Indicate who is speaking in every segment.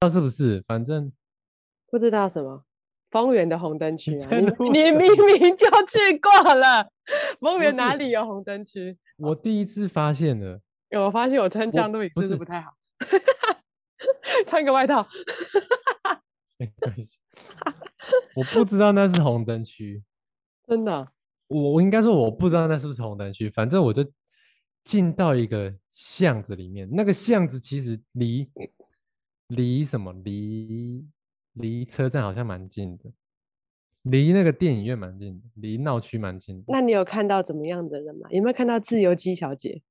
Speaker 1: 道是不是？反正
Speaker 2: 不知道什么丰原的红灯区啊，
Speaker 1: 真
Speaker 2: 你
Speaker 1: 的不
Speaker 2: 你
Speaker 1: 知
Speaker 2: 明明就去过了，丰原哪
Speaker 1: 是
Speaker 2: 里有红灯区？
Speaker 1: 我第一次发现了，
Speaker 2: 欸我发现我穿
Speaker 1: 我
Speaker 2: 这样露营
Speaker 1: 不
Speaker 2: 是不
Speaker 1: 是
Speaker 2: 是不太好？ 穿个外套，
Speaker 1: 没关系我不知道那是红灯区，
Speaker 2: 真
Speaker 1: 哦
Speaker 2: 的
Speaker 1: 我我应该说我不知道那是不是红灯区，反正我就进到一个巷子里面，那个巷子其实离离什么离离车站好像蛮近的，离那个电影院蛮近的，离闹区蛮近的。
Speaker 2: 那你有看到怎么样的人吗？有没有看到自由基小姐？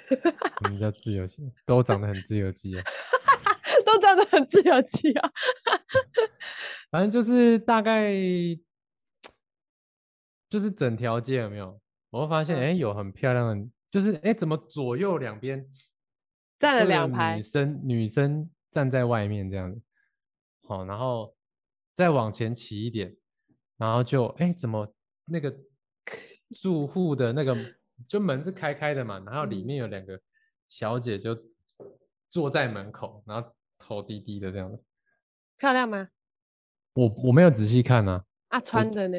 Speaker 1: 我们叫自由行，都长得很自由基啊。
Speaker 2: 都长得很自由基啊！
Speaker 1: 反正就是大概就是整条街有没有？我会发现，
Speaker 2: 嗯
Speaker 1: 哎、有很漂亮的，就是哎、诶怎么左右两边
Speaker 2: 站
Speaker 1: 都
Speaker 2: 了
Speaker 1: 有
Speaker 2: 两排
Speaker 1: 女，生女生站在外面这样子，好、然后再往前骑一点，然后就哎、诶怎么那个住户的那个就门是开开的嘛，然后里
Speaker 2: 嗯
Speaker 1: 面有两个小姐就坐在门口，然后头低低的这样子。
Speaker 2: 漂亮吗？
Speaker 1: 我我没有仔细看啊，
Speaker 2: 啊，穿的呢？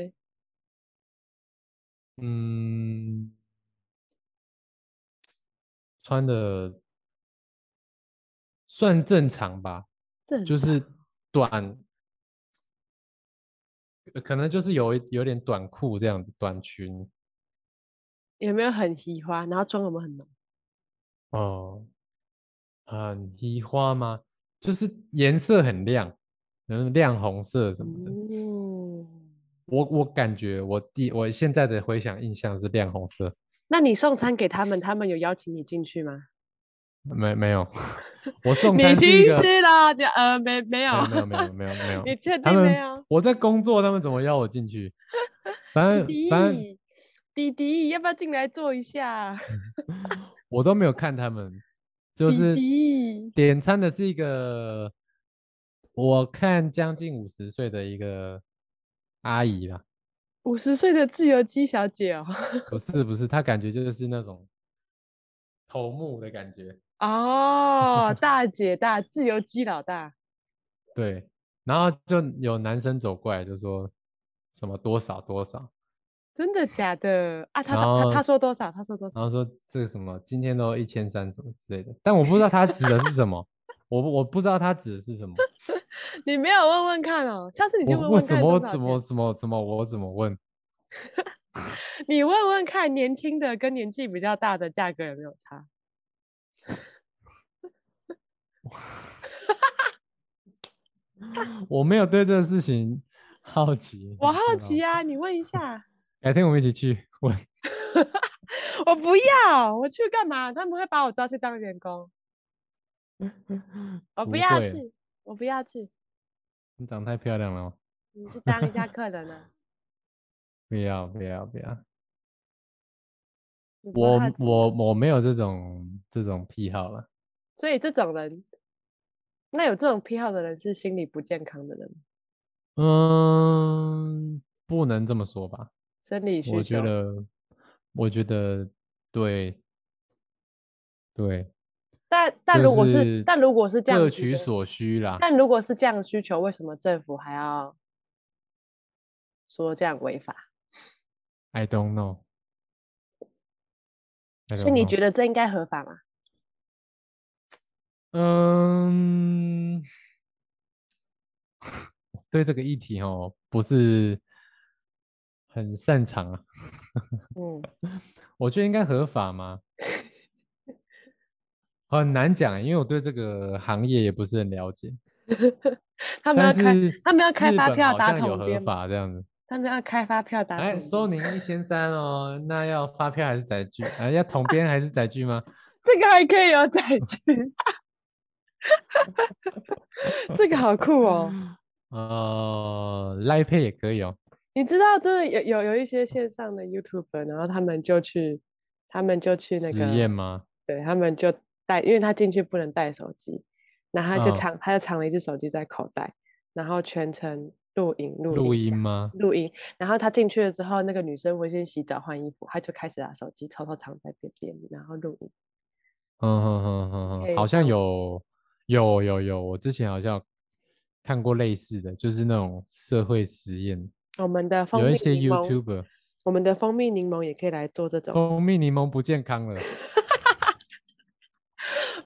Speaker 1: 嗯，穿的算正常吧，
Speaker 2: 这很
Speaker 1: 就是短，呃可能就是有一有点短裤这样子，短裙
Speaker 2: 有没有很喜欢？然后妆有没有很浓？
Speaker 1: 哦，很移花吗？就是颜色很亮，嗯，亮红色什么的。
Speaker 2: 嗯，
Speaker 1: 我我感觉我第我现在的回想印象是亮红色，
Speaker 2: 那你送餐给他们，他们有邀请你进去吗？
Speaker 1: 没没有， 我送
Speaker 2: 你
Speaker 1: 餐是一
Speaker 2: 去
Speaker 1: 个
Speaker 2: 吃了？你呃，没没有，
Speaker 1: 没有没有没有没有没有，
Speaker 2: 你确
Speaker 1: 他
Speaker 2: 定没
Speaker 1: 们
Speaker 2: 有？
Speaker 1: 我在工作，他们怎么要我进去？反正
Speaker 2: 弟
Speaker 1: 反正
Speaker 2: 弟，弟弟，要不要进来坐一下？
Speaker 1: 我都没有看他们，就
Speaker 2: 弟
Speaker 1: 是
Speaker 2: 弟
Speaker 1: 点餐的是一个，我看将近五十岁的一个阿姨啦，
Speaker 2: 五十岁的自由基小姐哦，
Speaker 1: 不是不是，她感觉就是那种头目的感觉，
Speaker 2: 哦，大姐大，自由基老大，
Speaker 1: 对，然后就有男生走过来就说什么多少多少，
Speaker 2: 真的假的 啊？他
Speaker 1: 然
Speaker 2: 他他
Speaker 1: 后
Speaker 2: 说多少？他说多少？
Speaker 1: 然后说这个什么今天都一千三什么之类的，但我不知道他指的是什么， 我不我不知道他指的是什么，
Speaker 2: 你没有问问看哦，下次你去
Speaker 1: 我
Speaker 2: 问
Speaker 1: 为
Speaker 2: 问
Speaker 1: 什
Speaker 2: 看
Speaker 1: 么
Speaker 2: 多少
Speaker 1: 怎
Speaker 2: 钱
Speaker 1: 么怎么怎么我怎么问？
Speaker 2: 你问问看，年轻的跟年纪比较大的价格有没有差？
Speaker 1: 我没有对这个事情好奇，
Speaker 2: 我
Speaker 1: 你
Speaker 2: 好
Speaker 1: 知道
Speaker 2: 奇
Speaker 1: 吗，
Speaker 2: 啊，你问一下。
Speaker 1: 改天我们一起去 问。
Speaker 2: 我不要，我去干嘛？他们会把我抓去当 员工，我不要
Speaker 1: 会
Speaker 2: 去，我不要去，
Speaker 1: 你长太漂亮了哦，
Speaker 2: 你去当一下客人啊。
Speaker 1: 不要不要不要，
Speaker 2: 你不会
Speaker 1: 我
Speaker 2: 好奇
Speaker 1: 我我没有这种这种癖好了，
Speaker 2: 所以这种人，那有这种癖好的人是心理不健康的人，
Speaker 1: 嗯，不能这么说吧，
Speaker 2: 生理需求。
Speaker 1: 我觉得我觉得对对，
Speaker 2: 但但
Speaker 1: 就
Speaker 2: 如果是,、
Speaker 1: 是
Speaker 2: 但如果是这样
Speaker 1: 各
Speaker 2: 子
Speaker 1: 取
Speaker 2: 的
Speaker 1: 所需啦，
Speaker 2: 但如果是这样的需求，为什么政府还要说这样违法？
Speaker 1: I don't know. I
Speaker 2: 所以
Speaker 1: don't
Speaker 2: 你
Speaker 1: know.
Speaker 2: 觉得这应该合法吗？
Speaker 1: 嗯， 对这个议题哦，不是很擅长啊。
Speaker 2: 嗯，
Speaker 1: 我觉得应该合法吗？很难讲，欸因为我对这个行业也不是很了解。
Speaker 2: 他们要
Speaker 1: 但
Speaker 2: 开，
Speaker 1: 是
Speaker 2: 他们要开
Speaker 1: 日
Speaker 2: 发
Speaker 1: 本
Speaker 2: 票
Speaker 1: 好
Speaker 2: 打
Speaker 1: 像有
Speaker 2: 桶
Speaker 1: 合
Speaker 2: 边嘛
Speaker 1: 法这样子。
Speaker 2: 他们要开发票打
Speaker 1: 哎，
Speaker 2: 桶
Speaker 1: 收
Speaker 2: 边，
Speaker 1: 您一千三哦，那要发票还是载具？哎，要统编还是载具 吗？
Speaker 2: 这个还可以哦有载具， 这个好酷哦！
Speaker 1: 呃，赖配也可以哦。
Speaker 2: 你知道，真的有有有一些线上的 YouTuber，然后他们就去，他们就去那
Speaker 1: 实
Speaker 2: 个，
Speaker 1: 验吗？
Speaker 2: 对他们就带，因为他进去不能带手机，然后他就
Speaker 1: 嗯
Speaker 2: 藏，他就藏了一只手机在口袋，然后全程录影录
Speaker 1: 录
Speaker 2: 影这
Speaker 1: 音
Speaker 2: 样
Speaker 1: 吗？
Speaker 2: 录音，然后他进去了之后，那个女生回去洗澡换衣服，他就开始把手机偷偷藏在边边，然后录影。
Speaker 1: 嗯哼哼哼
Speaker 2: 可以
Speaker 1: 哼，好像
Speaker 2: 放
Speaker 1: 有有有有，我之前好像看过类似的，就是那种社会实验，
Speaker 2: 我们的蜂
Speaker 1: 有一
Speaker 2: 蜜
Speaker 1: 些
Speaker 2: 柠檬
Speaker 1: YouTuber
Speaker 2: 我们的蜂蜜柠檬也可以来做这种
Speaker 1: 蜂蜜柠檬不健康了，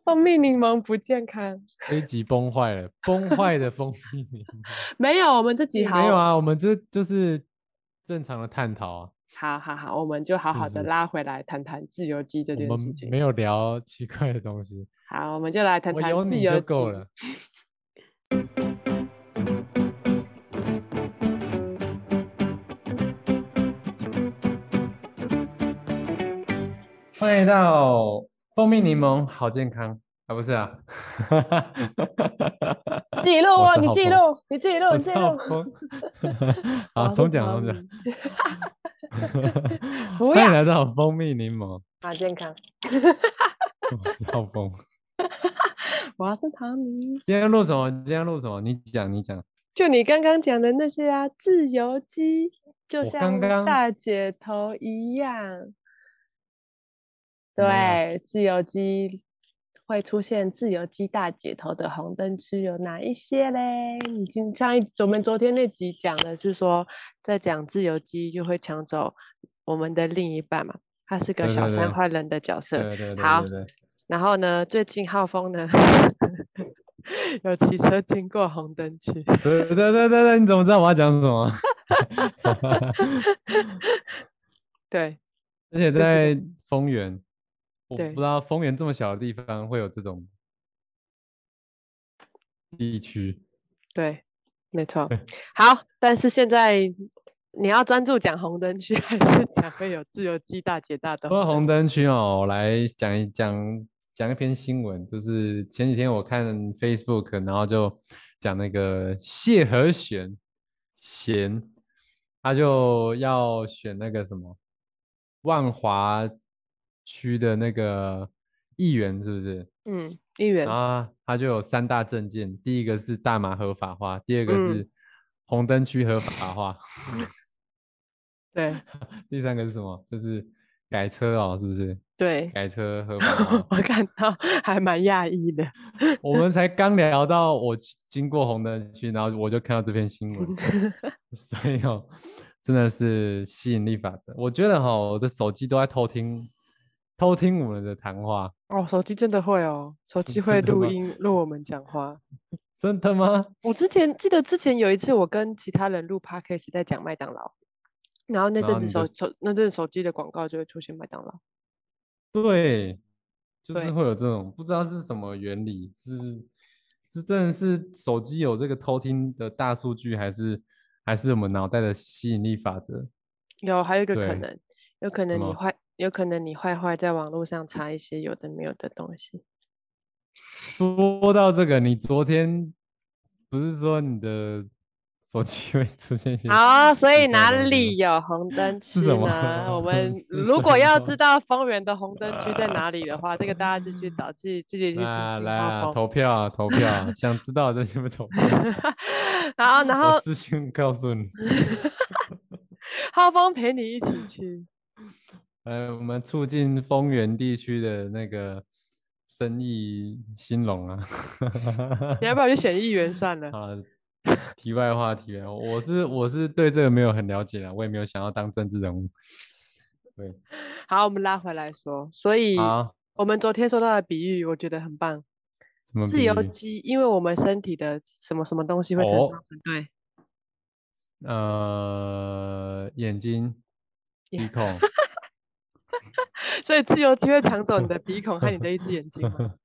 Speaker 2: 蜂蜜柠檬不健康。
Speaker 1: 这一集崩坏了，崩坏的蜂蜜柠 檬。
Speaker 2: 没有，我们这集好，
Speaker 1: 没有啊，我们这就是正常的探讨啊，
Speaker 2: 好好好，我们就好
Speaker 1: 是
Speaker 2: 好
Speaker 1: 是
Speaker 2: 的拉回来谈谈自由基这件
Speaker 1: 我
Speaker 2: 事
Speaker 1: 们
Speaker 2: 情。
Speaker 1: 没有聊奇怪的东西，
Speaker 2: 好，我们就来谈
Speaker 1: 我
Speaker 2: 谈
Speaker 1: 有
Speaker 2: 自
Speaker 1: 你
Speaker 2: 由
Speaker 1: 就
Speaker 2: 基。
Speaker 1: 够了。欢迎到蜂蜜柠檬好健康啊，不是 啊，
Speaker 2: 自己录
Speaker 1: 我
Speaker 2: 哦，
Speaker 1: 是
Speaker 2: 你
Speaker 1: 浩
Speaker 2: 自己
Speaker 1: 峰
Speaker 2: 录，你自己录，
Speaker 1: 我
Speaker 2: 你自
Speaker 1: 是
Speaker 2: 己
Speaker 1: 浩
Speaker 2: 录。
Speaker 1: 峰
Speaker 2: 我
Speaker 1: 好，
Speaker 2: 是
Speaker 1: 重讲
Speaker 2: 曹
Speaker 1: 重讲，
Speaker 2: 敏不
Speaker 1: 欢迎
Speaker 2: 要
Speaker 1: 来到蜂蜜柠檬，
Speaker 2: 好健康，
Speaker 1: 我是浩峰。
Speaker 2: 我要是唐尼。
Speaker 1: 今天录什么？今天录什么？你讲，你讲。
Speaker 2: 就你刚刚讲的那些啊，自由基就
Speaker 1: 我刚
Speaker 2: 像
Speaker 1: 刚
Speaker 2: 大姐头一样，
Speaker 1: 怎么样
Speaker 2: 对，自由基会出现自由基大姐头的红灯区有哪一些嘞？已经上一我们昨天那集讲的是说，在讲自由基就会抢走我们的另一半嘛，他是个
Speaker 1: 对
Speaker 2: 小
Speaker 1: 对
Speaker 2: 三
Speaker 1: 对
Speaker 2: 坏人的角色，
Speaker 1: 对对对
Speaker 2: 好
Speaker 1: 对对，
Speaker 2: 然后呢，最近浩峰呢 有骑车经过红灯区。
Speaker 1: 对对对对对，你怎么知道我要讲什么？
Speaker 2: 对，
Speaker 1: 而且
Speaker 2: 就是
Speaker 1: 在丰原，我
Speaker 2: 对
Speaker 1: 不知道丰原这么小的地方会有这种地区。
Speaker 2: 对，没错。好，但是现在你要专注讲红灯区，还是讲会有自由基大姐大的
Speaker 1: 说到
Speaker 2: 红
Speaker 1: 红灯区哦，我来讲一讲讲一篇新闻，就是前几天我看 Facebook，然后就讲那个谢和弦弦，他就要选那个什么万华区的那个议员，是不是？
Speaker 2: 灯？嗯，议员
Speaker 1: 然，后他就有三大证件，第一个是大麻合法化，第二个
Speaker 2: 嗯
Speaker 1: 是红灯区合法化，
Speaker 2: 对
Speaker 1: 第三个是什么？就是改车哦，是不是？
Speaker 2: 对，
Speaker 1: 改车合法
Speaker 2: 。
Speaker 1: 化
Speaker 2: 我看到还蛮讶异的。
Speaker 1: 我们才刚聊到我去经过红灯区，然后我就看到这篇新
Speaker 2: 嗯
Speaker 1: 闻， 所以哦，真的是吸引力法则。我觉得哈、哦我的手机都在偷听，偷听我们的谈话，
Speaker 2: 哦，手机真的会哦，手
Speaker 1: 嗯
Speaker 2: 机
Speaker 1: 真
Speaker 2: 会
Speaker 1: 的
Speaker 2: 录
Speaker 1: 吗
Speaker 2: 音录我们讲话。
Speaker 1: 真的吗？
Speaker 2: 我之前记得之前有一次我跟其他人录 podcast 在讲麦当劳，然后那
Speaker 1: 然
Speaker 2: 阵
Speaker 1: 后
Speaker 2: 子
Speaker 1: 你就
Speaker 2: 手手那阵子手机的广告就会出现麦当劳。
Speaker 1: 对，就是
Speaker 2: 对
Speaker 1: 会有这种不知道是什么原理，是这真的是手机有这个偷听的大数据，还是还是我们脑袋的吸引力法则？
Speaker 2: 有，还有一个可
Speaker 1: 对
Speaker 2: 能，有可能你
Speaker 1: 么
Speaker 2: 坏，有可能你坏坏在网络上查一些有的没有的东西。
Speaker 1: 说到这个，你昨天不是说你的手机会出现一些
Speaker 2: 好啊，所
Speaker 1: 奇怪
Speaker 2: 以
Speaker 1: 的
Speaker 2: 哪
Speaker 1: 东西
Speaker 2: 里
Speaker 1: 吗
Speaker 2: 有红灯区
Speaker 1: 是什么
Speaker 2: 呢？我们
Speaker 1: 是
Speaker 2: 如
Speaker 1: 什
Speaker 2: 果要
Speaker 1: 么
Speaker 2: 知道丰原的红灯区在哪里的话，这个大家自己去找，自己自己去私
Speaker 1: 啊，
Speaker 2: 信
Speaker 1: 来啊，
Speaker 2: 浩峰。
Speaker 1: 投票啊，投票啊！想知道的就去投票。
Speaker 2: 然后，然
Speaker 1: 我
Speaker 2: 后
Speaker 1: 私信告诉你。
Speaker 2: 浩峰陪你一起 去。
Speaker 1: 呃，我们促进丰原地区的那个生意兴隆啊！
Speaker 2: 你要不要去选议员算了？
Speaker 1: 啊， 题外话，题外话，我是我是对这个没有很了解啦，我也没有想要当政治人物。对，
Speaker 2: 好，我们拉回来说。所以，
Speaker 1: 好，
Speaker 2: 我们昨天说到的比喻，我觉得很棒。
Speaker 1: 怎么
Speaker 2: 自
Speaker 1: 比
Speaker 2: 由
Speaker 1: 喻
Speaker 2: 基，因为我们身体的什么什么东西会产生
Speaker 1: 哦
Speaker 2: 成对
Speaker 1: 呃，眼睛、
Speaker 2: 眼
Speaker 1: 鼻孔，
Speaker 2: 所以自由基会抢走你的鼻孔和你的一只眼 睛吗？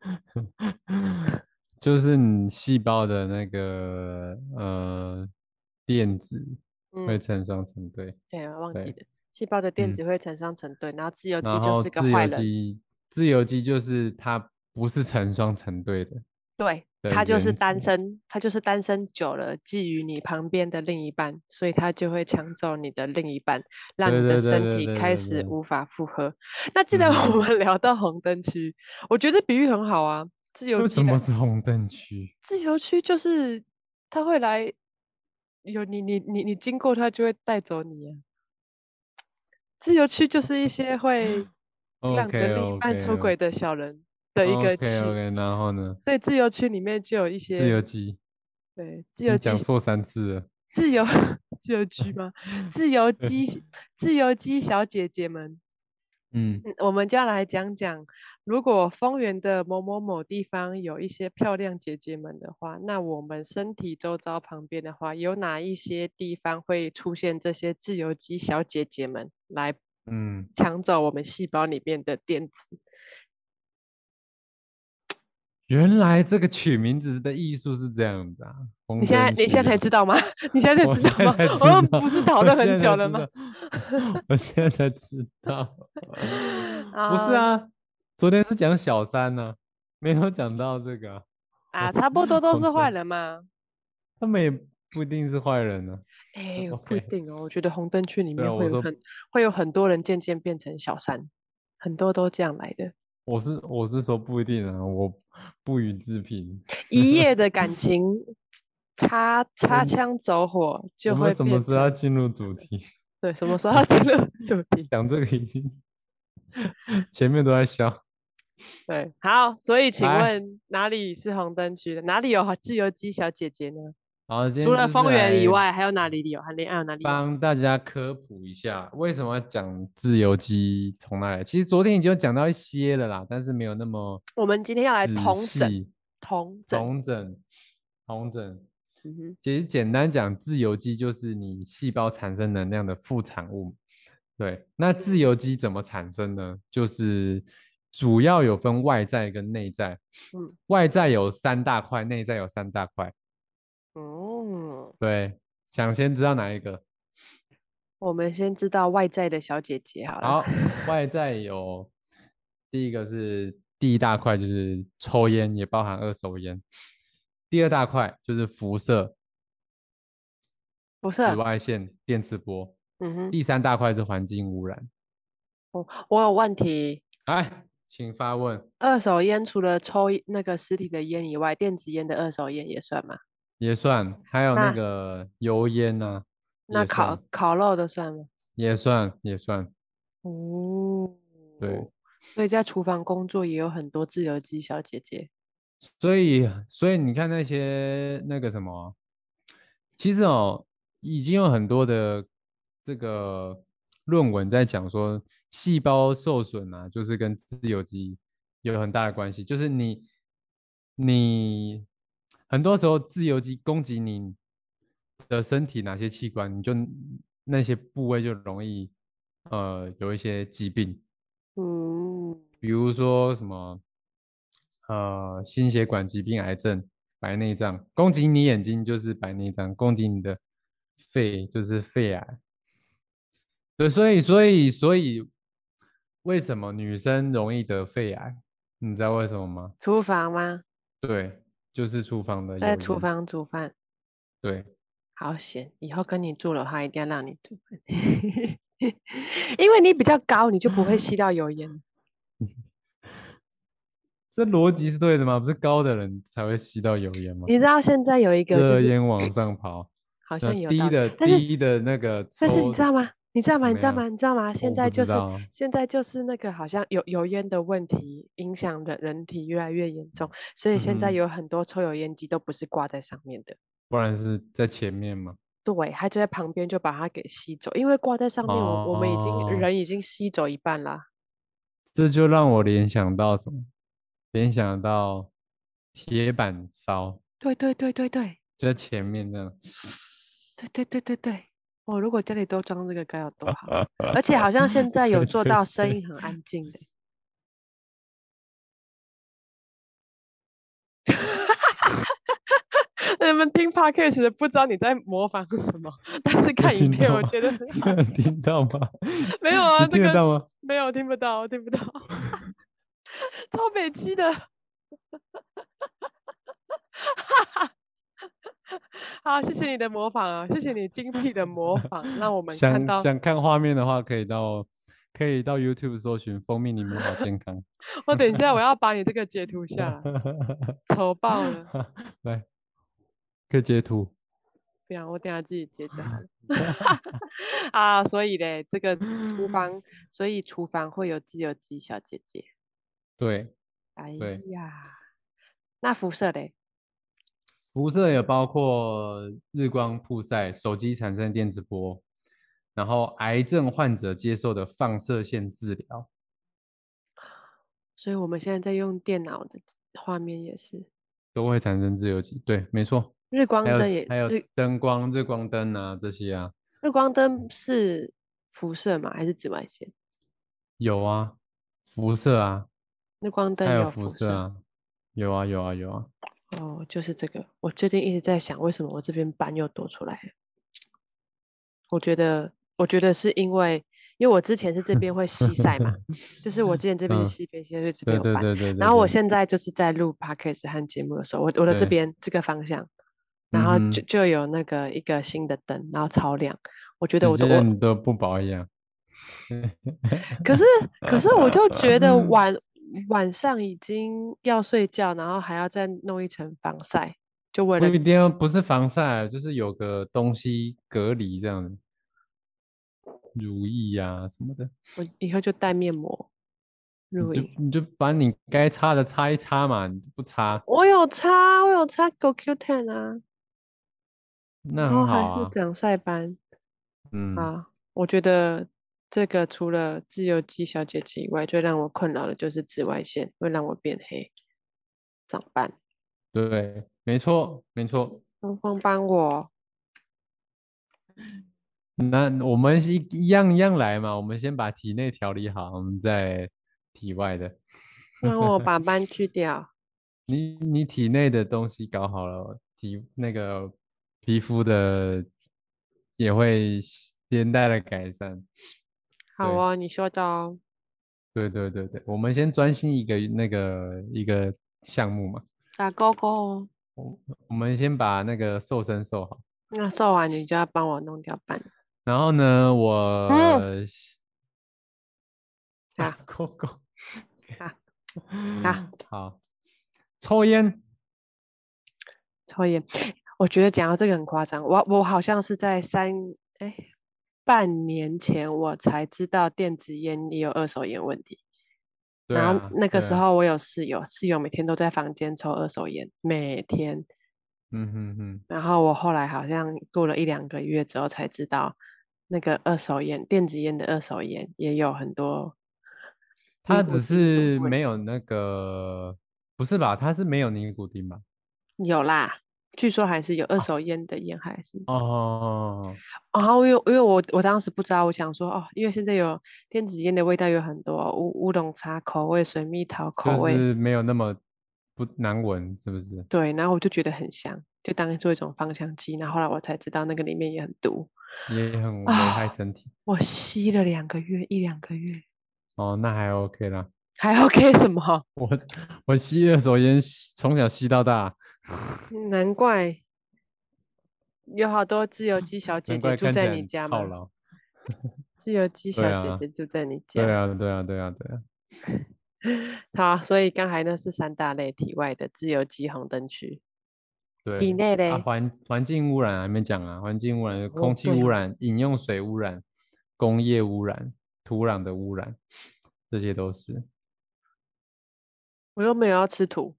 Speaker 1: 就是你细胞的那个呃电子会
Speaker 2: 嗯，
Speaker 1: 成双成对，
Speaker 2: 对，啊我忘记
Speaker 1: 对
Speaker 2: 了。细胞的电
Speaker 1: 嗯
Speaker 2: 子会产生成对，然后自由基
Speaker 1: 然
Speaker 2: 就
Speaker 1: 后
Speaker 2: 是个
Speaker 1: 自
Speaker 2: 坏
Speaker 1: 由
Speaker 2: 人，
Speaker 1: 基，自由基就是它不是成双成对的，
Speaker 2: 对，
Speaker 1: 的
Speaker 2: 他就是
Speaker 1: 原
Speaker 2: 单
Speaker 1: 子
Speaker 2: 身，他就是单身久了觊觎你旁边的另一半，所以他就会抢走你的另一半，让
Speaker 1: 对
Speaker 2: 你的
Speaker 1: 对对
Speaker 2: 身
Speaker 1: 对
Speaker 2: 体
Speaker 1: 对
Speaker 2: 开
Speaker 1: 对
Speaker 2: 始
Speaker 1: 对
Speaker 2: 无法负荷。那既然我
Speaker 1: 嗯
Speaker 2: 们聊到红灯区，我觉得这比喻很好啊。自由
Speaker 1: 为
Speaker 2: 基
Speaker 1: 什
Speaker 2: 的
Speaker 1: 么是红灯区？
Speaker 2: 自由区就是他会来，有你你你你经过他就会带走你、啊。自由区就是一些会让你
Speaker 1: OK
Speaker 2: 的另一半
Speaker 1: OK，哦
Speaker 2: 出轨的小人，的一个
Speaker 1: OK
Speaker 2: 区。
Speaker 1: OK，然后呢？
Speaker 2: 所以自由区里面就有一些
Speaker 1: 自由基，
Speaker 2: 对自
Speaker 1: 你
Speaker 2: 由
Speaker 1: 讲
Speaker 2: 基
Speaker 1: 错三次了。
Speaker 2: 自由 自由居吗？自由基自由基小姐姐们，
Speaker 1: 嗯，
Speaker 2: 嗯我们就要来讲讲，如果丰原的某某某地方有一些漂亮姐姐们的话，那我们身体周遭旁边的话，有哪一些地方会出现这些自由基小姐姐们来
Speaker 1: 嗯，
Speaker 2: 抢走我们细胞里面的电子？
Speaker 1: 原来这个取名字的艺术是这样的啊。
Speaker 2: 你现在你现在才知道吗？ 你现在才
Speaker 1: 啊我
Speaker 2: 知
Speaker 1: 现
Speaker 2: 道吗？
Speaker 1: 在才
Speaker 2: 我们
Speaker 1: 知道
Speaker 2: 不是讨
Speaker 1: 我
Speaker 2: 论很
Speaker 1: 现在
Speaker 2: 久
Speaker 1: 才知
Speaker 2: 了吗？
Speaker 1: 道？ 我现在才知道，不是
Speaker 2: 啊
Speaker 1: 啊，昨天是讲小三呢、没有讲到这个啊、
Speaker 2: 啊，差不多都
Speaker 1: 我
Speaker 2: 是坏
Speaker 1: 们
Speaker 2: 人嘛。
Speaker 1: 他们也不一定是坏人啊呢、
Speaker 2: 哎、不一
Speaker 1: OK
Speaker 2: 定哦。我觉得红灯区里
Speaker 1: 对
Speaker 2: 面
Speaker 1: 啊
Speaker 2: 会
Speaker 1: 我
Speaker 2: 有
Speaker 1: 说
Speaker 2: 很会有很多人渐渐变成小三，很多都这样来的。
Speaker 1: 我是我是说不一定啊，我不予置评。
Speaker 2: 一夜的感情擦擦
Speaker 1: 们
Speaker 2: 枪走火就
Speaker 1: 我
Speaker 2: 会
Speaker 1: 们怎么
Speaker 2: 变
Speaker 1: 知道
Speaker 2: 成
Speaker 1: 进入主题？
Speaker 2: 对什么时候要进入主题？
Speaker 1: 讲这个已经前面都在笑。
Speaker 2: 对，好，所以 请
Speaker 1: 来
Speaker 2: 问哪里是红灯区的？哪里有自由基小姐姐呢？
Speaker 1: 好，今天
Speaker 2: 除了
Speaker 1: 就是
Speaker 2: 丰原以
Speaker 1: 来
Speaker 2: 外，还有哪里有？还有哪里有？
Speaker 1: 帮大家科普一下，为什么要讲自由基从哪里来？其实昨天已经有讲到一些了啦，但是没有那么
Speaker 2: 我们今天要来
Speaker 1: 仔
Speaker 2: 统整
Speaker 1: 细
Speaker 2: 同整，
Speaker 1: 同整同整。
Speaker 2: 嗯哼，
Speaker 1: 其实简单讲，自由基就是你细胞产生能量的副产物。对，那自由基怎么产生呢？就是主要有分外在跟内在，
Speaker 2: 嗯
Speaker 1: 外在有三大块，内在有三大块。
Speaker 2: 嗯，
Speaker 1: 对，想先知道哪一个？
Speaker 2: 我们先知道外在的小姐姐好了。
Speaker 1: 好，外在有第一个是第一大块就是抽烟，也包含二手烟。第二大块就是辐射、
Speaker 2: 不是，
Speaker 1: 紫外线、电磁波。
Speaker 2: 嗯哼，
Speaker 1: 第三大块是环境污染。
Speaker 2: 我我有问题。
Speaker 1: 哎，请发问，
Speaker 2: 二手烟除了抽一那个实体的烟以外，电子烟的二手烟也算吗？
Speaker 1: 也算，还有那
Speaker 2: 那
Speaker 1: 个油烟呢、
Speaker 2: 那
Speaker 1: 也
Speaker 2: 烤
Speaker 1: 算
Speaker 2: 烤肉的算吗？
Speaker 1: 也算也算，
Speaker 2: 哦，
Speaker 1: 对，
Speaker 2: 所以在厨房工作也有很多自由基小姐姐。
Speaker 1: 所以所以你看那些那个什么，其实哦，已经有很多的这个论文在讲说，细胞受损啊，就是跟自由基有很大的关系，就是你你很多时候自由基攻击你的身体哪些器官，你就那些部位就容易呃有一些疾病。
Speaker 2: 嗯，
Speaker 1: 比如说什么，呃，心血管疾病、癌症、白内障，攻击你眼睛就是白内障，攻击你的肺就是肺癌。对，所以，所以，所以，为什么女生容易得肺癌？你知道为什么吗？
Speaker 2: 厨房吗？
Speaker 1: 对，就是厨房的
Speaker 2: 在
Speaker 1: 油
Speaker 2: 厨
Speaker 1: 烟。
Speaker 2: 房煮饭，
Speaker 1: 对，
Speaker 2: 好险！以后跟你住的话，一定要让你煮饭， 因为你比较高，你就不会吸到油 烟。
Speaker 1: 这逻辑是对的吗？不是高的人才会吸到油烟吗？
Speaker 2: 你知道现在有一个就
Speaker 1: 热
Speaker 2: 是
Speaker 1: 烟往上跑，
Speaker 2: 好
Speaker 1: 那
Speaker 2: 像有
Speaker 1: 低
Speaker 2: 道理
Speaker 1: 的
Speaker 2: 但是
Speaker 1: 低的那个抽，
Speaker 2: 但是你知道吗？你知道吗？
Speaker 1: 怎
Speaker 2: 你
Speaker 1: 么
Speaker 2: 知道
Speaker 1: 样
Speaker 2: 吗？你知道吗？现
Speaker 1: 我
Speaker 2: 在
Speaker 1: 不知
Speaker 2: 就是
Speaker 1: 道
Speaker 2: 现在就是那个好像油油烟的问题影响人人体越来越严重，所以现
Speaker 1: 嗯
Speaker 2: 在
Speaker 1: 哼
Speaker 2: 有很多抽油烟机都不是挂在上面的，
Speaker 1: 不然是在前面嘛。
Speaker 2: 对，它就在旁边就把它给吸走，因为挂在上面，我我们已经
Speaker 1: 哦
Speaker 2: 人已经吸走一半啦。
Speaker 1: 这就让我联想到什么？联想到铁板烧，
Speaker 2: 对对对对对
Speaker 1: 就在前面那样。
Speaker 2: 对对对对对，我如果家里都装这个该有多好！ 而且好像现在有
Speaker 1: 对
Speaker 2: 做
Speaker 1: 对
Speaker 2: 到声
Speaker 1: 对
Speaker 2: 音很安静欸的。 你们听 podcast 的不知道你在模仿什么， 但是看影
Speaker 1: 听
Speaker 2: 片
Speaker 1: 到
Speaker 2: 我
Speaker 1: 吗
Speaker 2: 觉得很
Speaker 1: 你
Speaker 2: 好
Speaker 1: 有 听到吗？
Speaker 2: 没有 啊，
Speaker 1: 你
Speaker 2: 这
Speaker 1: 听得
Speaker 2: 个
Speaker 1: 到吗？
Speaker 2: 没有听不到，听不到， 超北七的。 好，谢谢你的模仿啊，谢谢你精辟的模仿，让我们看到
Speaker 1: 想想看画面的话，可以到可以到 YouTube 搜寻“蜂蜜柠檬好健 康”，
Speaker 2: 我哦等一下，我要把你这个截图下来，丑爆了！
Speaker 1: 来， 可以截图。
Speaker 2: 不然我等一下自己截就好了。 啊，所以嘞，这个厨房，所以厨房会有自由基小姐姐。
Speaker 1: 对，
Speaker 2: 哎
Speaker 1: 对
Speaker 2: 呀，那辐射嘞？
Speaker 1: 辐射也包括日光曝晒、手机产生的电磁波，然后癌症患者接受的放射线治疗。
Speaker 2: 所以我们现在在用电脑的画面也是
Speaker 1: 都会产生自由基，对，没错。
Speaker 2: 日光
Speaker 1: 还有
Speaker 2: 灯也
Speaker 1: 还有
Speaker 2: 日
Speaker 1: 灯光、日光灯啊这些啊，
Speaker 2: 日光灯是辐射吗？还是紫外线？
Speaker 1: 有啊，辐射啊，
Speaker 2: 日光灯
Speaker 1: 还有
Speaker 2: 辐
Speaker 1: 辐射啊，有啊有啊有啊。
Speaker 2: 哦，就是这个。我最近一直在想，为什么我这边斑又多出来了？我觉得，我觉得是因为，因为我之前是这边会西晒 嘛，就是我之前这边
Speaker 1: 嗯
Speaker 2: 是西边，现在是这
Speaker 1: 对
Speaker 2: 边
Speaker 1: 对
Speaker 2: 有斑。
Speaker 1: 对对对。
Speaker 2: 然后我
Speaker 1: 对
Speaker 2: 现在就是在录 podcast 和节目的时候，我我的这
Speaker 1: 对
Speaker 2: 边这个方向，然后
Speaker 1: 嗯哼
Speaker 2: 就就有那个一个新的灯，然后超亮。我觉得我
Speaker 1: 直
Speaker 2: 的
Speaker 1: 接
Speaker 2: 我
Speaker 1: 让你都不保养，
Speaker 2: 可是，可是我就 觉得
Speaker 1: 嗯
Speaker 2: 晚晚上已经要睡觉，然后还要再弄一层防晒，就为
Speaker 1: 不
Speaker 2: 了
Speaker 1: 一定要不是防晒，就是有个东西隔离这样子，乳液啊什么的，
Speaker 2: 我以后就戴面膜
Speaker 1: 你
Speaker 2: 入
Speaker 1: 就
Speaker 2: 营。
Speaker 1: 你就把你该擦的擦一擦嘛，你不擦
Speaker 2: 我有擦，我有擦 GoQ Ten 啊，
Speaker 1: 那
Speaker 2: 然后
Speaker 1: 很
Speaker 2: 哦还
Speaker 1: 好
Speaker 2: 是
Speaker 1: 啊，
Speaker 2: 长晒斑
Speaker 1: 嗯，
Speaker 2: 啊。我觉得这个除了自由基小姐姐以外，最让我困扰的就是紫外线会让我变黑、长斑。
Speaker 1: 对，没错没错。
Speaker 2: 东 风帮我，
Speaker 1: 那我们是一一样一样来嘛，我们先把体内调理好，我们再体外的。
Speaker 2: 让我把斑去 掉。
Speaker 1: 你 你体内的东西搞好了，体那个皮肤的也会连带的改善。
Speaker 2: 好
Speaker 1: 对
Speaker 2: 哦，你说的哦。
Speaker 1: 对对对对，我们先专心一个那个一个项目嘛，
Speaker 2: 打勾勾哦。
Speaker 1: 我们先把那个瘦身瘦好。
Speaker 2: 那瘦完你就要帮我弄掉斑。
Speaker 1: 然后呢，我、
Speaker 2: 啊
Speaker 1: go go
Speaker 2: 啊
Speaker 1: 啊，好，抽烟。
Speaker 2: 抽烟，我觉得讲到这个很夸张。我我好像是在三哎半年前我才知道电子烟也有二手烟问题。
Speaker 1: 对
Speaker 2: 然后
Speaker 1: 啊
Speaker 2: 那个时
Speaker 1: 对啊
Speaker 2: 候我有室友，室友每天都在房间抽二手烟，每天。
Speaker 1: 嗯哼哼，
Speaker 2: 然后我后来好像过了一两个月之后才知道，那个二手烟、电子烟的二手烟也有很多尼
Speaker 1: 它只
Speaker 2: 古丁的
Speaker 1: 是
Speaker 2: 味
Speaker 1: 没有那个，不是吧？它是没有尼古丁吧？
Speaker 2: 有啦，据说还是有二手烟的烟还是。
Speaker 1: 哦，
Speaker 2: 然后因为因为我我当时不知道，我想说哦，因为现在有电子烟的味道有很多乌乌龙茶口味、水蜜桃口
Speaker 1: 就
Speaker 2: 味，
Speaker 1: 是没有那么不难闻，是不是？
Speaker 2: 对，然后我就觉得很香，就当做一种芳香剂。然后后来我才知道那个里面也很毒，
Speaker 1: 也很危害
Speaker 2: 啊
Speaker 1: 身体。
Speaker 2: 我吸了两个月，一两个月
Speaker 1: 哦，那还 OK 啦。
Speaker 2: 还 OK 什么？
Speaker 1: 我吸二手烟，吸从小吸到大，
Speaker 2: 难怪有好多自由基小姐
Speaker 1: 难
Speaker 2: 姐
Speaker 1: 怪
Speaker 2: 住
Speaker 1: 看起
Speaker 2: 在
Speaker 1: 来
Speaker 2: 你
Speaker 1: 很
Speaker 2: 家
Speaker 1: 操
Speaker 2: 吗？
Speaker 1: 劳。
Speaker 2: 自由基
Speaker 1: 对
Speaker 2: 小姐
Speaker 1: 啊
Speaker 2: 姐住在你家
Speaker 1: 对。啊，对啊，对啊，对啊。
Speaker 2: 好，所以刚才呢是三大类体外的自由基红灯区，
Speaker 1: 对，
Speaker 2: 体内嘞
Speaker 1: 啊，环环境污染还没讲啊，环境污染、
Speaker 2: 哦
Speaker 1: 空气
Speaker 2: 对
Speaker 1: 污
Speaker 2: 哦
Speaker 1: 染、饮用水污染、工业污染、土壤的污染，这些都是。
Speaker 2: 我又没有要吃土，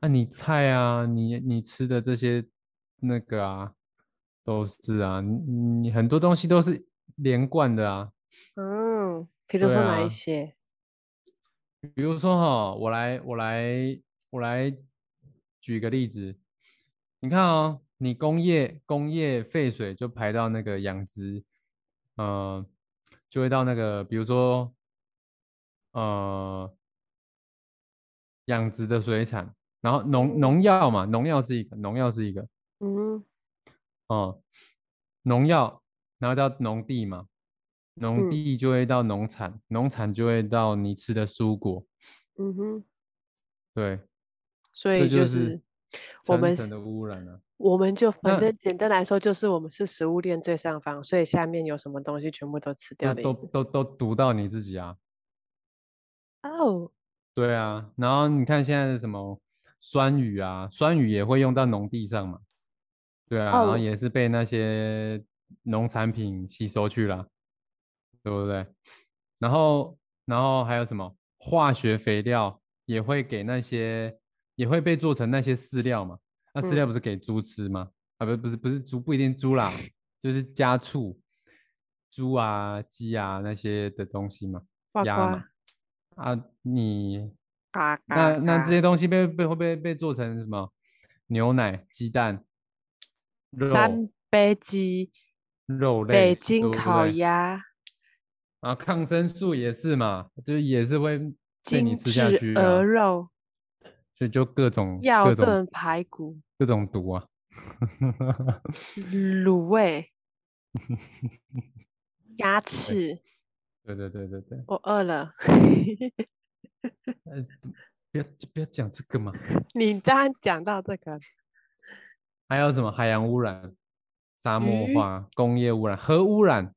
Speaker 1: 那、你菜啊，你你吃的这些那个啊，都是啊，你你很多东西都是连贯的啊。
Speaker 2: 嗯，比如
Speaker 1: 对
Speaker 2: 说哪一
Speaker 1: 啊
Speaker 2: 些？
Speaker 1: 比如说哈，我来我来我来举个例子，你看哦，你工业工业废水就排到那个养殖，呃，就会到那个比如说呃养殖的水产，然后农农药嘛，农药是一个，农药是一个，
Speaker 2: 嗯，
Speaker 1: 哦，农药，然后到农地嘛，
Speaker 2: 嗯
Speaker 1: 农地就会到农产，农产就会到你吃的蔬果，
Speaker 2: 嗯哼，
Speaker 1: 对。
Speaker 2: 所
Speaker 1: 这
Speaker 2: 以
Speaker 1: 就是是
Speaker 2: 我
Speaker 1: 层
Speaker 2: 们
Speaker 1: 层
Speaker 2: 是
Speaker 1: 的污染啊。
Speaker 2: 我们就反
Speaker 1: 那
Speaker 2: 正简单来说，就是我们是食物链最上方，所以下面有什么东西全部都吃掉
Speaker 1: 那
Speaker 2: 的意
Speaker 1: 都
Speaker 2: 思
Speaker 1: 都都毒到你自己啊。
Speaker 2: 哦，
Speaker 1: 对啊，然后你看现在的什么酸雨啊，酸雨也会用到农地上嘛。对啊，然后
Speaker 2: 哦
Speaker 1: 也是被那些农产品吸收去了，对不对？然后然后还有什么化学肥料也会给那些也会被做成那些饲料嘛。那
Speaker 2: 嗯
Speaker 1: 饲料不是给猪吃吗？啊，不，不是，不是猪，不一定猪啦，就是家畜、猪啊、鸡啊那些的东西嘛，
Speaker 2: 呱
Speaker 1: 鸭
Speaker 2: 呱
Speaker 1: 嘛。啊，你
Speaker 2: 嘎嘎。
Speaker 1: 那那这些
Speaker 2: 嘎
Speaker 1: 东西被被会被被做成什么？牛奶、鸡蛋、肉、
Speaker 2: 三杯鸡、
Speaker 1: 肉类、
Speaker 2: 北京
Speaker 1: 对不
Speaker 2: 烤
Speaker 1: 对
Speaker 2: 鸭、
Speaker 1: 啊，抗生素也是嘛，就是也是会被你
Speaker 2: 精
Speaker 1: 吃下去
Speaker 2: 致
Speaker 1: 啊
Speaker 2: 鹅，肉、
Speaker 1: 所以就各种
Speaker 2: 药
Speaker 1: 各种
Speaker 2: 炖排骨、
Speaker 1: 各种毒啊。
Speaker 2: 卤味、鸭翅。
Speaker 1: 对对对对对，
Speaker 2: 我 饿了，
Speaker 1: 呃，不要不要讲这个嘛。
Speaker 2: 你刚刚讲到这个
Speaker 1: 还有什么海洋污染、沙漠
Speaker 2: 鱼
Speaker 1: 化、工业污染、核污染？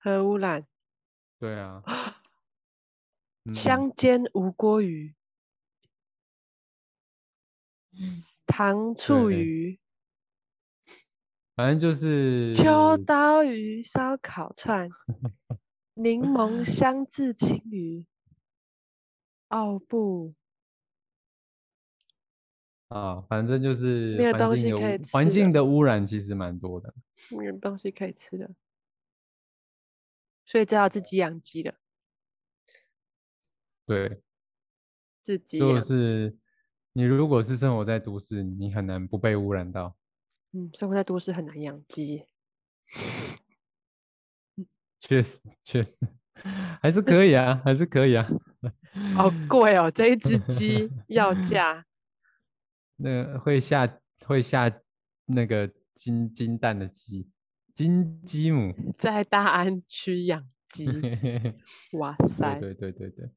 Speaker 2: 核污染，
Speaker 1: 对啊，嗯
Speaker 2: 香煎无锅鱼、糖醋
Speaker 1: 嗯对
Speaker 2: 鱼、
Speaker 1: 反正就是
Speaker 2: 秋刀鱼烧烤 串、柠檬香渍青鱼、哦不，
Speaker 1: 啊，反正就是
Speaker 2: 没有
Speaker 1: 环
Speaker 2: 东
Speaker 1: 境
Speaker 2: 西
Speaker 1: 的
Speaker 2: 可以
Speaker 1: 污
Speaker 2: 吃
Speaker 1: 环
Speaker 2: 的
Speaker 1: 境的污染其实蛮多的。
Speaker 2: 没有东西可以吃的，所以只好自己养鸡了，
Speaker 1: 对，
Speaker 2: 自己
Speaker 1: 就
Speaker 2: 养，
Speaker 1: 是你如果是生活在都市，你很难不被污染到。
Speaker 2: 嗯，生活在都市很难 养鸡，
Speaker 1: 确实，确实， 还是可以啊，还是可以啊。
Speaker 2: 好贵哦，这一只鸡要价。
Speaker 1: 那个会下会下那个金金蛋的鸡，金鸡母。
Speaker 2: 在大安区养鸡， 哇塞！
Speaker 1: 对对对对对，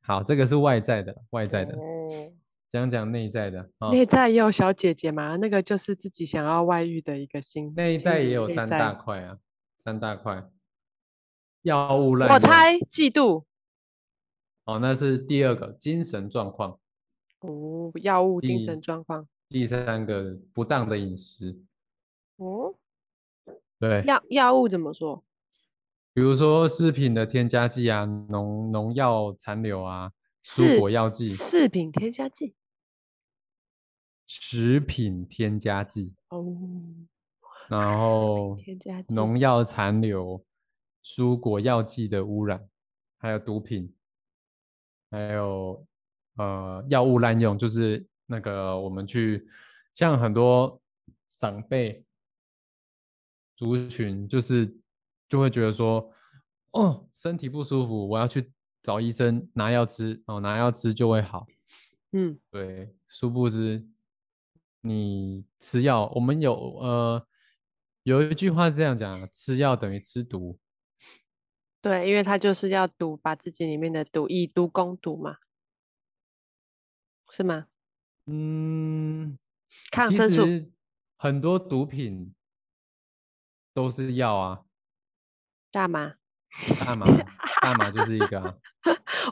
Speaker 1: 好，这个是外在的，外在的，
Speaker 2: 哦
Speaker 1: 讲讲内在的啊。
Speaker 2: 内在也有小姐姐嘛，那个就是自己想要外遇的一个心。
Speaker 1: 内
Speaker 2: 心
Speaker 1: 在
Speaker 2: 理
Speaker 1: 也有
Speaker 2: 内
Speaker 1: 三
Speaker 2: 在
Speaker 1: 大块啊，三大块，药物滥
Speaker 2: 我
Speaker 1: 用
Speaker 2: 猜嫉妒
Speaker 1: 哦，那是第二个精神状况，
Speaker 2: 哦，药物、精
Speaker 1: 第
Speaker 2: 神状况
Speaker 1: 第三个不当的饮食，
Speaker 2: 哦，
Speaker 1: 对，
Speaker 2: 药药物怎么说？
Speaker 1: 比如说食品的添加剂啊，农农药残留啊，蔬
Speaker 2: 是
Speaker 1: 果药剂，
Speaker 2: 四品添加剂
Speaker 1: 食品添加剂，
Speaker 2: 哦，
Speaker 1: 然后
Speaker 2: 添加剂
Speaker 1: 农药残留、蔬果药剂的污染，还有毒品，还有呃药物滥用，就是那个我们去像很多长辈族群，就是就会觉得说，哦，身体不舒服，我要去找医生拿药吃，哦，拿药吃就会好。
Speaker 2: 嗯，
Speaker 1: 对，殊不知你吃药，我们有呃有一句话是这样讲啊，吃药等于吃毒。
Speaker 2: 对，因为他就是要毒，把自己里面的毒以毒攻毒嘛，是吗？
Speaker 1: 嗯，
Speaker 2: 抗
Speaker 1: 其
Speaker 2: 生素
Speaker 1: 实很多毒品都是药啊，
Speaker 2: 大麻，
Speaker 1: 大麻大麻就是一个啊，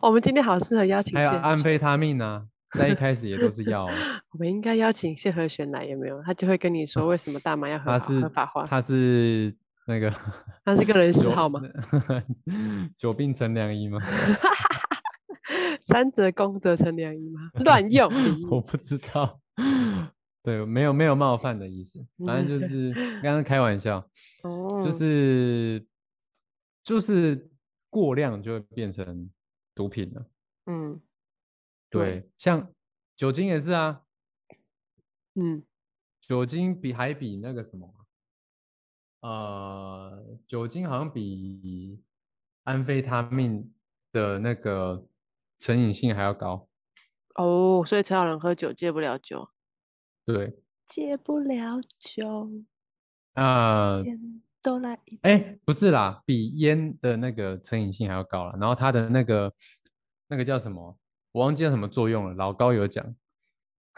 Speaker 2: 我们今天好适合邀请
Speaker 1: 还有
Speaker 2: 谢和
Speaker 1: 安
Speaker 2: 弦
Speaker 1: 非他命啊，在一开始也都是药啊，
Speaker 2: 我们应该邀请谢和弦来，有没有？他就会跟 你说为什么大麻要 合
Speaker 1: 它
Speaker 2: 法合
Speaker 1: 是
Speaker 2: 法化，
Speaker 1: 它是那个
Speaker 2: 他是个人嗜
Speaker 1: 久
Speaker 2: 好嘛。
Speaker 1: 久病成良医吗？
Speaker 2: 三折功折成良医吗？乱 用礼
Speaker 1: 我
Speaker 2: 物，
Speaker 1: 不知道， 对，没有没有冒犯的意思，反正就是刚刚开玩笑，
Speaker 2: 哦
Speaker 1: 就是就是过量就会变成毒品了。
Speaker 2: 嗯对
Speaker 1: 对，像酒精也是啊，
Speaker 2: 嗯，
Speaker 1: 酒精比还比那个什么啊，呃，酒精好像比安非他命的那个成瘾性还要高。
Speaker 2: 哦，所以陈小人喝酒戒不了酒，
Speaker 1: 对，
Speaker 2: 戒不了酒，
Speaker 1: 啊、
Speaker 2: 天都来一
Speaker 1: 哎、
Speaker 2: 杯
Speaker 1: 不是啦，比烟的那个成瘾性还要高啦。然后它的那个那个叫什么，我忘记叫什么作用了。老高有讲，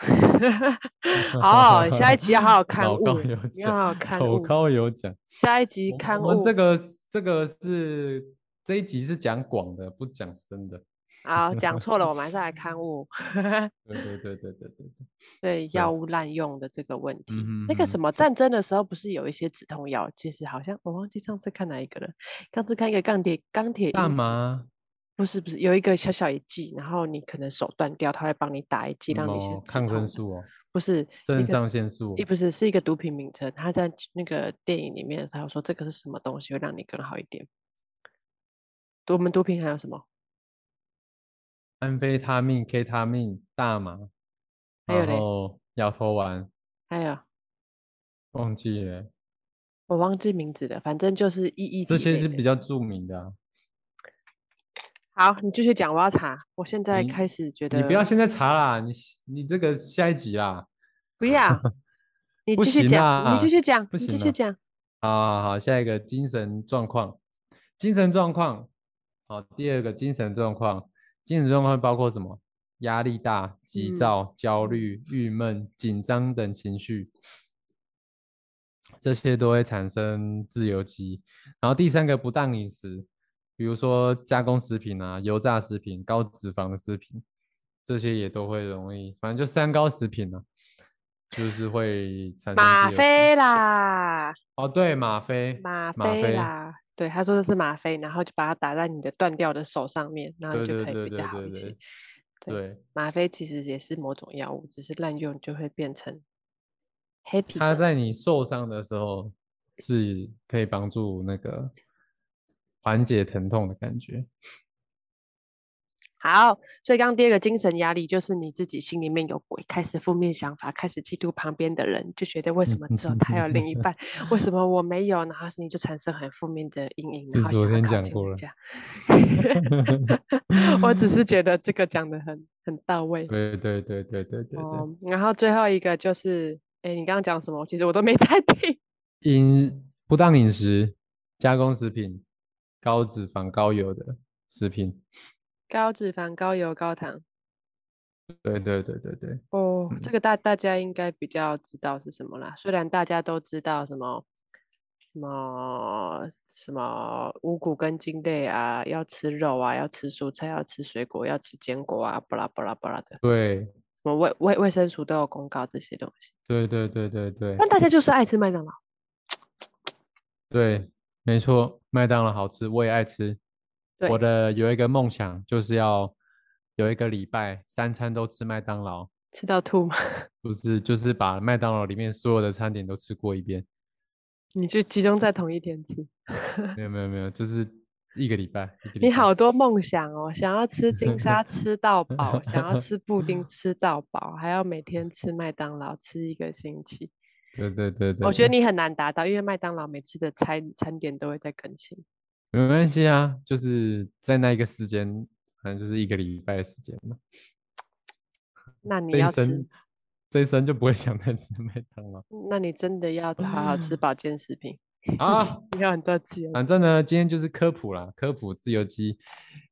Speaker 2: 好，哦下一集要好好看
Speaker 1: 老
Speaker 2: 物
Speaker 1: 高有，
Speaker 2: 你要好好
Speaker 1: 讲，
Speaker 2: 看
Speaker 1: 老
Speaker 2: 物。
Speaker 1: 高有讲。
Speaker 2: 下一集
Speaker 1: 我
Speaker 2: 看
Speaker 1: 我
Speaker 2: 物
Speaker 1: 们这个是这个是这一集是讲广的，不讲深的。
Speaker 2: 好，讲错了，我们还 是来看物。
Speaker 1: 对对对对对对对，
Speaker 2: 对
Speaker 1: 啊
Speaker 2: 药物滥用的这个问题。
Speaker 1: 嗯
Speaker 2: 那个
Speaker 1: 哼
Speaker 2: 什么战争的时候，不是有一些止痛药？其实好像我忘记上次看哪一个了。上次看一个钢铁钢铁
Speaker 1: 大
Speaker 2: 英
Speaker 1: 麻
Speaker 2: 不是不是，有一个小小一剂，然后你可能手断掉，他会帮你打一剂，让你先
Speaker 1: 哦
Speaker 2: 止
Speaker 1: 抗
Speaker 2: 痛
Speaker 1: 生
Speaker 2: 的，
Speaker 1: 素哦，
Speaker 2: 不是
Speaker 1: 肾
Speaker 2: 一个
Speaker 1: 上腺素
Speaker 2: 也不是，是一个毒品名称。他在那个电影里面，他有说这个是什么东西会让你更好一点。我们毒品还有什么？
Speaker 1: 安非他命、K 他命、大麻，
Speaker 2: 还有
Speaker 1: 然
Speaker 2: 嘞
Speaker 1: 后摇头丸，
Speaker 2: 还有
Speaker 1: 忘记了，
Speaker 2: 我忘记名字了，反正就是意义
Speaker 1: 这
Speaker 2: 体
Speaker 1: 些
Speaker 2: 内
Speaker 1: 是
Speaker 2: 的
Speaker 1: 比较著名的啊、
Speaker 2: 好。你继续讲，我要查。我现在
Speaker 1: 你
Speaker 2: 开始觉得
Speaker 1: 你不要现在查啦，你你这个下一集啦。
Speaker 2: 不要你
Speaker 1: 不
Speaker 2: 继续
Speaker 1: 行
Speaker 2: 讲，
Speaker 1: 啦
Speaker 2: 你继续讲，
Speaker 1: 不
Speaker 2: 你继
Speaker 1: 行
Speaker 2: 续
Speaker 1: 啦
Speaker 2: 讲。
Speaker 1: 好好好，下一个精神状况，精神状况，好，第二个精神状况，精神状况包括什么？压力大、急
Speaker 2: 嗯
Speaker 1: 躁、焦
Speaker 2: 嗯
Speaker 1: 虑、郁闷、紧张等情绪，这些都会产生自由基。然后第三个，不当饮食，比如说加工食品啊、油炸食品、高脂肪的食品，这些也都会容易，反正就三高食品啊，就是会产生
Speaker 2: 吗
Speaker 1: 自由基。
Speaker 2: 啡啦，
Speaker 1: 哦，对，吗啡，
Speaker 2: 吗
Speaker 1: 吗
Speaker 2: 啡
Speaker 1: 啡
Speaker 2: 啦，对，他说的是吗啡，然后就把它打在你的断掉的手上面，然后你
Speaker 1: 对对
Speaker 2: 就可以
Speaker 1: 对
Speaker 2: 比
Speaker 1: 对
Speaker 2: 较好
Speaker 1: 对
Speaker 2: 一些
Speaker 1: 对。对，
Speaker 2: 吗啡其实也是某种药物，只是滥用就会变成 happy
Speaker 1: 它
Speaker 2: 的
Speaker 1: 在你受伤的时候是可以帮助那个缓解疼痛的感觉。
Speaker 2: 好，所以刚刚第二个精神压力就是你自己心里面有鬼，开始负面想法，开始嫉妒旁边的人，就觉得为什么只有他有另一 半，为什么我没有？然后你就产生很负面的阴影，
Speaker 1: 这
Speaker 2: 然后
Speaker 1: 昨
Speaker 2: 想要
Speaker 1: 天
Speaker 2: 靠
Speaker 1: 讲
Speaker 2: 近
Speaker 1: 过
Speaker 2: 人
Speaker 1: 了
Speaker 2: 家。 我只是觉得这个讲的很很到位。
Speaker 1: 对对对对对对对，
Speaker 2: 哦，然后最后一个就是，哎，你刚刚讲什么？其实我都没在听。
Speaker 1: 饮不当饮食、加工食品、高脂肪、高油的食品。
Speaker 2: 高脂肪、高油、高糖。
Speaker 1: 对对对对对，
Speaker 2: 哦，这个大大家应该比较知道是什么啦。虽然大家都知道什么什么什么五谷根茎类啊，要吃肉啊，要吃蔬菜，要吃水果，要吃坚果啊，巴拉巴拉巴拉的。
Speaker 1: 对
Speaker 2: 什么卫卫卫生署都有公告这些东西，
Speaker 1: 对对对对对
Speaker 2: 但大家就是爱吃麦当劳。
Speaker 1: 对，没错，麦当劳好吃，我也爱吃。
Speaker 2: 对
Speaker 1: 我的有一个梦想就是要有一个礼拜三餐都吃麦当劳，
Speaker 2: 吃到吐吗？
Speaker 1: 不是就是把麦当劳里面所有的餐点都吃过一 遍。
Speaker 2: 你就集中在同一天吃。
Speaker 1: 没有没有没有，就是一个礼拜。一个礼
Speaker 2: 你
Speaker 1: 拜，
Speaker 2: 好多梦想哦，想要吃金沙吃到饱，想要吃布丁吃到饱，还要每天吃麦当劳吃一个星期。
Speaker 1: 对对对对，
Speaker 2: 我觉得
Speaker 1: 对
Speaker 2: 你很难达到，因为麦当劳每次的餐餐点都会在更新。
Speaker 1: 没关系啊，就是在那一个时间，反正就是一个礼拜的时间嘛。
Speaker 2: 那你
Speaker 1: 这一
Speaker 2: 要吃
Speaker 1: 生，这一生就不会想再吃麦当劳
Speaker 2: 那你真的要
Speaker 1: 哦
Speaker 2: 好好吃保健食品，
Speaker 1: 啊。
Speaker 2: 你有很多自由
Speaker 1: 反正呢，今天就是科普啦，科普自由基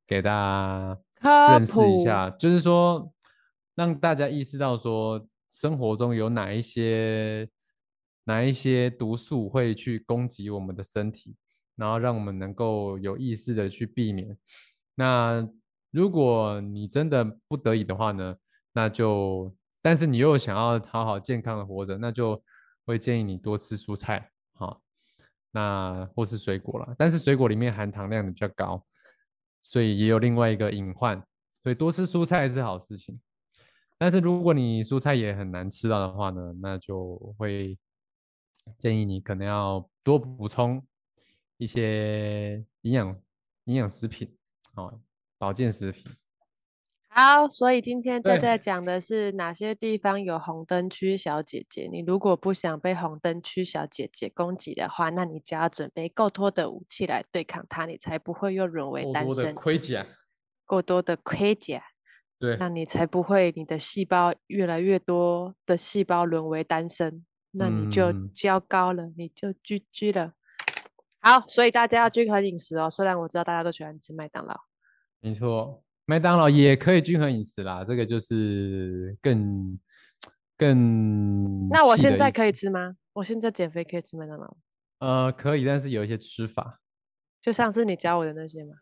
Speaker 1: 给大家
Speaker 2: 科
Speaker 1: 认识一
Speaker 2: 普
Speaker 1: 下，就是说让大家意识到说生活中有哪一些哪一些毒素会去攻击我们的身体，然后让我们能够有意识的去避免。那如果你真的不得已的话呢，那就但是你又想要好好健康的活着，那就会建议你多吃蔬菜啊、好那或是水果啦。但是水果里面含糖量比较高，所以也有另外一个隐患，所以多吃蔬菜是好事情。但是如果你蔬菜也很难吃到的话呢，那就会建议你可能要多补充一些营养营养食品，哦，保健食品。
Speaker 2: 好，所以今天在
Speaker 1: 对
Speaker 2: 这讲的是哪些地方有红灯区小姐姐。你如果不想被红灯区小姐姐攻击的话，那你就要准备够多的武器来对抗她，你才不会又沦为
Speaker 1: 过
Speaker 2: 单
Speaker 1: 多的
Speaker 2: 身。
Speaker 1: 盔甲，
Speaker 2: 够多的盔甲，
Speaker 1: 对
Speaker 2: 那你才不会你的细胞越来越多的细胞沦为单身，那你就
Speaker 1: 嗯
Speaker 2: 焦高了，你就 GG 了。好，所以大家要均衡饮食哦。虽然我知道大家都喜欢吃麦当劳，
Speaker 1: 嗯没错，麦当劳也可以均衡饮食啦，这个就是更更。
Speaker 2: 那我现在可以，
Speaker 1: 嗯
Speaker 2: 吃吗？我现在减肥可以吃麦当劳吗，
Speaker 1: 呃，可以，但是有一些吃法。
Speaker 2: 就
Speaker 1: 嗯
Speaker 2: 上次你教我的那些吗？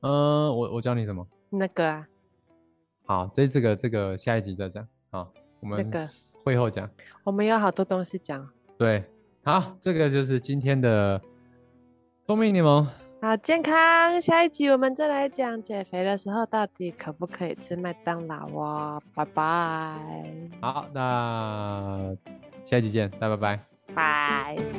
Speaker 1: 呃，我我教你什么？
Speaker 2: 那个啊，
Speaker 1: 好，这这个这个下一集再讲。好，我们
Speaker 2: 个
Speaker 1: 会后讲。
Speaker 2: 我们有好多东西讲。哦
Speaker 1: 对，好，这个就是今天的蜂蜜柠檬
Speaker 2: 好健康，下一集我们再来讲减肥的时候到底可不可以吃麦当劳哦，拜拜，
Speaker 1: 好，那下一集见，大家拜拜。
Speaker 2: 拜。